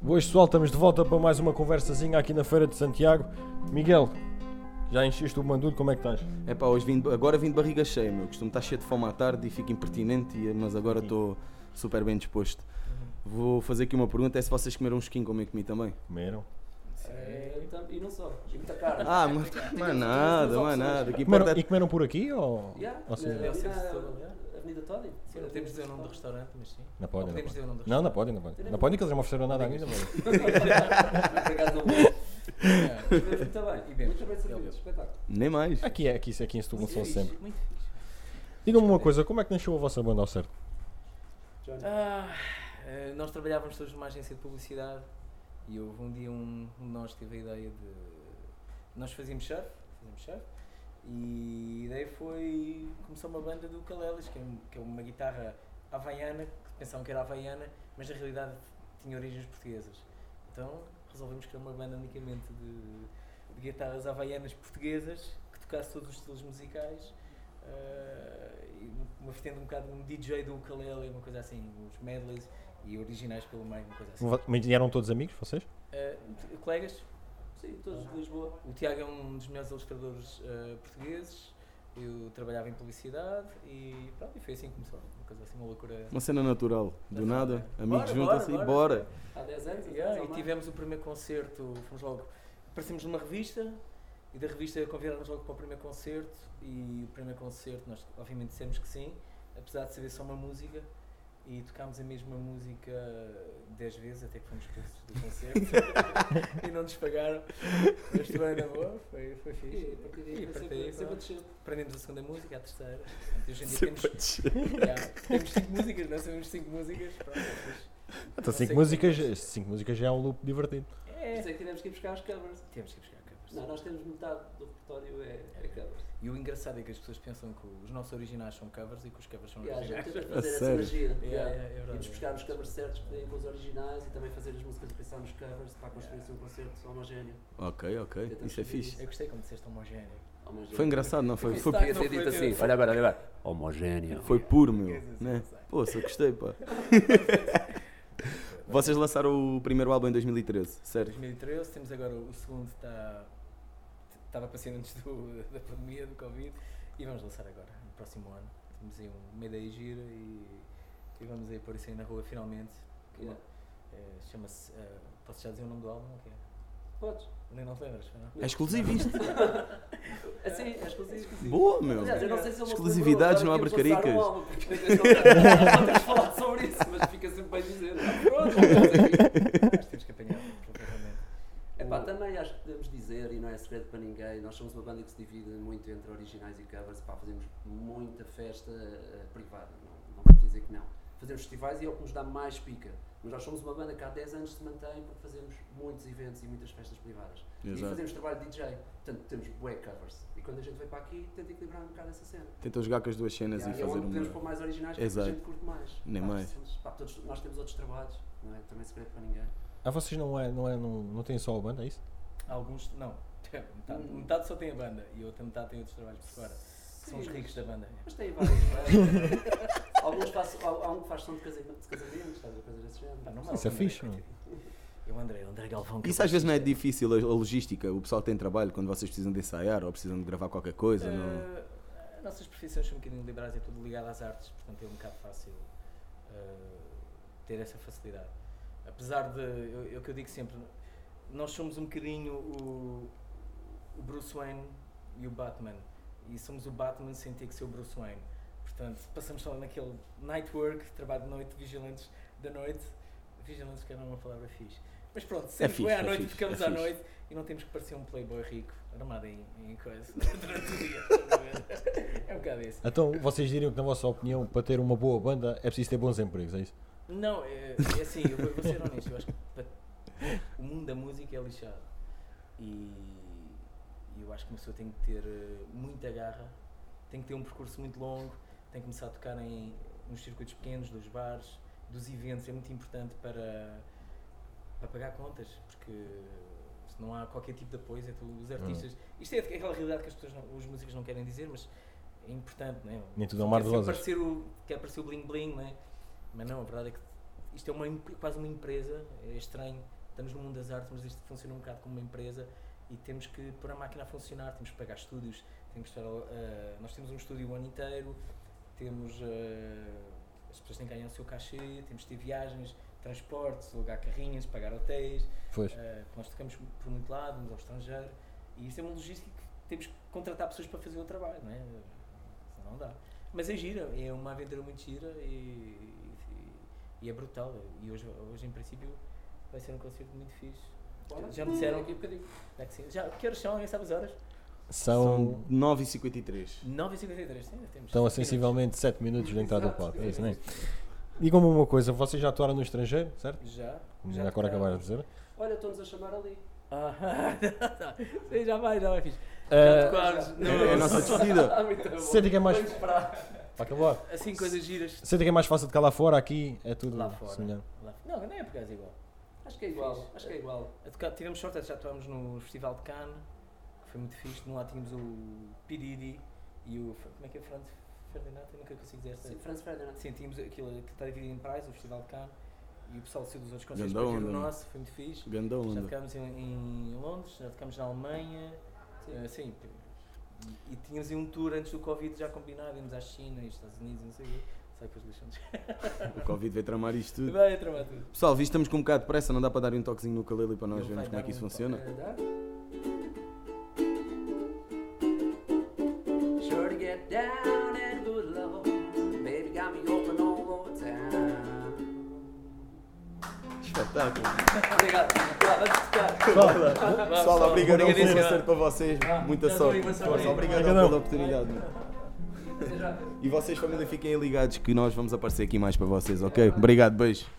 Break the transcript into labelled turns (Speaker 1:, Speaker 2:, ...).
Speaker 1: Boas pessoal, estamos de volta para mais uma conversazinha aqui na Feira de Santiago. Miguel, já encheste o mandudo, como é que estás?
Speaker 2: É pá, hoje vim, de- agora vim de barriga cheia, meu. Costumo estar cheio de fome à tarde e fico impertinente, e- mas agora estou super bem disposto.
Speaker 3: Uhum.
Speaker 2: Vou fazer aqui uma pergunta: é se vocês comeram um skin como eu comi também?
Speaker 1: Comeram?
Speaker 4: É, e tam- E não só, e muita carne.
Speaker 2: Ah, mas não é nada, não é nada. Que
Speaker 1: Comeram-
Speaker 2: importa
Speaker 1: e
Speaker 2: é-
Speaker 1: comeram por aqui ou?
Speaker 4: Yeah,
Speaker 1: ou sim?
Speaker 4: na-
Speaker 3: É o
Speaker 4: na-
Speaker 3: centro de
Speaker 4: na
Speaker 3: Setúbal,
Speaker 4: Avenida Todi. Sim,
Speaker 3: Não temos de dizer o nome do restaurante, mas sim.
Speaker 1: Não podem,
Speaker 3: Não
Speaker 1: não
Speaker 3: podemos dizer o nome
Speaker 1: podem.
Speaker 3: do
Speaker 1: Não, não podem, não podem. Não podem que eles não me ofereceram nada a mim, não podem.
Speaker 4: Por acaso não vou. Estivemos muito bem.
Speaker 3: bem.
Speaker 4: Muito bem servido, espetáculo.
Speaker 2: Nem mais.
Speaker 1: Aqui é, aqui, aqui em Setúbal são
Speaker 4: Sim.
Speaker 1: sempre.
Speaker 3: Muito fixe.
Speaker 1: Digam-me uma coisa, como é que nasceu a vossa banda ao certo?
Speaker 3: Ah, eh, nós trabalhávamos todos numa agência de publicidade e houve um dia um, um de nós que teve a ideia de. Nós fazíamos surf, fazíamos surf e a ideia foi. Começou uma banda do Calelas, que, é um- que é uma guitarra havaiana, que pensavam que era havaiana, mas na realidade tinha origens portuguesas. Então resolvemos criar uma banda unicamente de, de guitarras havaianas portuguesas que tocasse todos os estilos musicais. ah, e um- uma vertente um bocado um DJ do ukulele, uma coisa assim, uns medleys e originais pelo meio, uma coisa assim.
Speaker 1: Mas eram todos amigos, vocês?
Speaker 3: Ah, t- colegas,
Speaker 4: Sim, todos de Lisboa.
Speaker 3: o Tiago é um dos melhores ilustradores ah, portugueses, eu trabalhava em publicidade e pronto, e foi assim que começou, uma coisa assim, uma loucura.
Speaker 2: Uma cena natural. Do nada, amigos
Speaker 3: Bora,
Speaker 2: juntam-se e
Speaker 3: bora,
Speaker 2: bora.
Speaker 4: Há 10 anos, atrás,
Speaker 3: Yeah,
Speaker 4: ou
Speaker 3: e
Speaker 4: mais.
Speaker 3: tivemos o primeiro concerto, fomos logo, aparecemos numa revista e da revista convidaram-nos logo para o primeiro concerto e o primeiro concerto nós obviamente dissemos que sim, apesar de saber só uma música e tocámos a mesma música 10 vezes até que fomos presos do concerto e não nos pagaram, mas também na boa, foi, foi
Speaker 4: E
Speaker 3: fixe.
Speaker 4: a partir
Speaker 3: E
Speaker 4: daí foi
Speaker 3: a partir
Speaker 4: sempre assim.
Speaker 3: daí,
Speaker 4: sempre a
Speaker 3: pronto.
Speaker 4: descer.
Speaker 3: Aprendemos a segunda música, a terceira, portanto, hoje em dia temos, yeah, temos cinco músicas, nós sabemos cinco músicas, pronto, é fixe.
Speaker 1: Então,
Speaker 3: Não sei
Speaker 1: cinco
Speaker 3: como
Speaker 1: músicas,
Speaker 3: é.
Speaker 1: cinco músicas já é um loop divertido.
Speaker 4: Por
Speaker 3: É,
Speaker 4: isso é que tivemos que ir buscar os covers.
Speaker 3: temos que buscar covers.
Speaker 4: Não, nós temos metade do repertório é, é covers.
Speaker 3: E o engraçado é que as pessoas pensam que os nossos originais são covers e que os covers são
Speaker 4: E a gente
Speaker 3: originais.
Speaker 4: tenta
Speaker 2: A
Speaker 4: fazer essa
Speaker 2: sério?
Speaker 4: magia.
Speaker 3: É,
Speaker 4: yeah.
Speaker 3: é, é verdade.
Speaker 4: Vamos buscar os covers certos para ir com os originais e também fazer as músicas e pensar nos covers para construir assim um concerto homogéneo.
Speaker 2: Ok, ok.
Speaker 4: Tentamos
Speaker 2: Isso é
Speaker 4: fazer
Speaker 2: fixe.
Speaker 3: Eu gostei como disseste homogéneo.
Speaker 4: homogéneo.
Speaker 2: Foi engraçado, não foi? Foi,
Speaker 4: Podia
Speaker 3: Não foi
Speaker 4: ter dito assim,
Speaker 3: teu.
Speaker 4: olha agora, olha agora. Homogéneo.
Speaker 2: foi puro, meu.
Speaker 3: Coisas,
Speaker 2: Né?
Speaker 3: não sei.
Speaker 2: Pô, só gostei, pá. Vocês lançaram o primeiro álbum em 2013, sério?
Speaker 3: 2013, temos agora o segundo, está, estava passando antes do- da pandemia, do Covid, e vamos lançar agora, no próximo ano. Temos aí um- uma ideia gira e, e vamos aí pôr isso aí na rua finalmente. Que,
Speaker 4: Yeah.
Speaker 3: eh, Chama-se. eh, posso já dizer o nome do álbum? ok?
Speaker 4: Podes.
Speaker 3: Nem não te lembras, foi não?
Speaker 2: É exclusivo isto.
Speaker 4: Assim, é exclusivo.
Speaker 2: Boa, meu.
Speaker 4: Aliás, eu não sei se ele
Speaker 2: Exclusividades, não abre caricas.
Speaker 4: Não temos falado sobre isso, mas fica sempre bem dizer. Pronto.
Speaker 3: Acho que temos que apanhar, provavelmente.
Speaker 4: Epá, também acho que podemos dizer, e não é segredo para ninguém, nós somos uma banda que se divide muito entre originais e covers. Epá, fazemos muita festa eh, privada, não, não vamos dizer que não. Fazemos festivais e é o que nos dá mais pica. Mas nós somos uma banda que há 10 anos se mantém porque fazemos muitos eventos e muitas festas privadas. E
Speaker 2: Exato.
Speaker 4: fazemos trabalho de DJ, portanto temos bué covers. E quando a gente vem para aqui, tenta equilibrar um bocado essa cena.
Speaker 2: Tentam jogar com as duas cenas
Speaker 4: Yeah,
Speaker 2: e
Speaker 4: é
Speaker 2: fazer
Speaker 4: onde podemos pôr
Speaker 2: uma.
Speaker 4: mais originais porque
Speaker 2: Exato.
Speaker 4: a gente curte mais.
Speaker 2: Nem
Speaker 4: Pá,
Speaker 2: mais.
Speaker 4: somos- pá, todos- nós temos outros trabalhos, não é? Também segredo para ninguém.
Speaker 1: Ah, vocês não, é, não, é, não, não têm só a banda, é isso?
Speaker 3: Alguns, não. Metade,
Speaker 2: Hum.
Speaker 3: metade só tem a banda e a outra metade tem outros trabalhos por fora. São os
Speaker 4: Sim,
Speaker 3: ricos da banda. É,
Speaker 4: Mas tem vários. vários. Alguns faz, há, há um que faz som de casamento, de casamentos, estás a coisa desse género.
Speaker 3: Pá, não
Speaker 4: Sim,
Speaker 3: mal,
Speaker 1: Isso é
Speaker 3: André,
Speaker 1: fixe,
Speaker 3: coitado. Eu, André, o André Galvão. que
Speaker 2: Isso
Speaker 3: eu
Speaker 2: às vezes não é
Speaker 3: baixista.
Speaker 2: difícil, a a logística. O pessoal tem trabalho quando vocês precisam de ensaiar ou precisam de gravar qualquer coisa. não-
Speaker 3: Eh, as nossas profissões são um bocadinho liberais, é tudo ligado às artes, portanto é um bocado fácil eh, ter essa facilidade. Apesar de, eu- é o que eu digo sempre, nós somos um bocadinho o, o Bruce Wayne e o Batman, e somos o Batman sem ter que ser o Bruce Wayne. Portanto, passamos só naquele night work, trabalho de noite, vigilantes da noite, vigilantes que não é uma palavra fixe. Mas pronto, sempre
Speaker 2: fixe,
Speaker 3: foi à
Speaker 2: é
Speaker 3: noite,
Speaker 2: fixe,
Speaker 3: ficamos
Speaker 2: é
Speaker 3: à
Speaker 2: fixe.
Speaker 3: noite e não temos que parecer um playboy rico, armado em, em coisa, durante o dia. estás a ver? é um bocado isso.
Speaker 1: Então, vocês diriam que, na vossa opinião, para ter uma boa banda é preciso ter bons empregos, é isso?
Speaker 3: Não, é, é assim, eu vou, vou ser honesto, eu acho que pa- o mundo da música é lixado. E eu acho que uma pessoa tem que ter eh, muita garra, tem que ter um percurso muito longo, tem que começar a tocar em, nos circuitos pequenos, dos bares, dos eventos, é muito importante para, para pagar contas, porque se não há qualquer tipo de apoio, é tu- os artistas. Isto é aquela realidade que as pessoas, não- os músicos não querem dizer, mas é importante, não é?
Speaker 1: Nem tudo é um mar
Speaker 3: Quer
Speaker 1: de
Speaker 3: sempre
Speaker 1: rosas.
Speaker 3: parecer o, né? quer parecer o bling bling, não é? Mas não, a verdade é que isto é uma, em- quase uma empresa, é estranho estamos no mundo das artes, mas isto funciona um bocado como uma empresa e temos que pôr a máquina a funcionar, temos que pagar estúdios, temos que estar, eh, nós temos um estúdio o ano inteiro, temos eh, as pessoas têm que ganhar o seu cachê, temos que ter viagens, transportes, alugar carrinhas, pagar hotéis,
Speaker 1: Pois.
Speaker 3: eh, nós tocamos por muito lado, vamos ao estrangeiro e isto é uma logística que temos que contratar pessoas para fazer o trabalho, não é? Senão não dá. Mas é gira, é uma aventura muito gira e, e- e é brutal. E hoje, hoje, em princípio, vai ser um concerto muito fixe.
Speaker 4: Bora?
Speaker 3: Já me disseram.
Speaker 4: Daqui a bocadinho.
Speaker 3: É que sim. Já, que horas são? Alguém sabe as horas?
Speaker 1: São.
Speaker 2: 9h53.
Speaker 3: 9h53, sim, ainda temos.
Speaker 1: Estão a
Speaker 3: cinco minutos.
Speaker 1: sensivelmente 7 minutos de entrada ao
Speaker 4: Exato.
Speaker 1: palco. É isso, não é? Digam-me uma coisa, vocês já atuaram no estrangeiro, certo?
Speaker 3: Já.
Speaker 1: Como
Speaker 3: já
Speaker 1: agora
Speaker 3: tocaram.
Speaker 1: acabaram de dizer.
Speaker 4: Olha, estão-nos a chamar ali.
Speaker 3: Ah, sim, já vai, já vai fixe.
Speaker 1: Ah,
Speaker 3: já tocaram.
Speaker 2: É, é a nossa despedida.
Speaker 4: Ah, muito bom.
Speaker 1: Sente que é mais.
Speaker 4: Vamos esperar.
Speaker 1: Para acabar.
Speaker 3: Assim, coisas giras.
Speaker 1: Sente que é mais fácil de cá lá fora, aqui é tudo
Speaker 3: Lá fora.
Speaker 1: semelhante.
Speaker 3: Lá- Não, não é por causa igual.
Speaker 4: Acho que é igual, acho
Speaker 3: Eh,
Speaker 4: que é igual.
Speaker 3: A tocar, tivemos sorte, já atuámos no Festival de Cannes, que foi muito fixe. De um lado tínhamos o Piridi e o. Como é que é? Franz Ferdinand? Eu nunca consigo dizer esta.
Speaker 4: Sim, Franz Ferdinand.
Speaker 3: Sim, tínhamos aquilo que está dividido em praias, o Festival de Cannes, e o pessoal saiu dos outros concertos
Speaker 2: Ganda
Speaker 3: para vir o
Speaker 2: onda,
Speaker 3: nosso, foi muito fixe.
Speaker 2: Ganda
Speaker 3: Já
Speaker 2: onda.
Speaker 3: tocámos em, em Londres, já tocámos na Alemanha,
Speaker 4: Sim.
Speaker 3: eh, sim. E, e tínhamos aí um tour antes do Covid já combinado, íamos à China e aos Estados Unidos e não sei o quê. Só que depois deixamos.
Speaker 2: O Covid veio tramar isto tudo.
Speaker 3: Vai tramar tudo.
Speaker 2: Pessoal, visto que estamos com um bocado de pressa, não dá para dar um toquezinho no ukulele para nós
Speaker 3: Ele
Speaker 2: vermos
Speaker 3: vai
Speaker 2: como é que
Speaker 3: dar
Speaker 2: isso
Speaker 3: um
Speaker 2: funciona?
Speaker 4: Vai dar? Sure to get down and good low. Baby got me open all over town.
Speaker 2: Espetáculo.
Speaker 4: Obrigado. Vá, vamos tocar.
Speaker 2: Pessoal, obrigado
Speaker 3: Obrigadíssimo.
Speaker 2: pelo concerto para vocês. Muita
Speaker 3: já
Speaker 2: sorte.
Speaker 3: estou aí,
Speaker 2: Força,
Speaker 3: obrigado.
Speaker 2: Obrigado
Speaker 1: Obrigadão.
Speaker 2: pela oportunidade. mano.
Speaker 4: Até já.
Speaker 2: E vocês, família, fiquem aí ligados que nós vamos aparecer aqui mais para vocês, ok? Obrigado, beijo.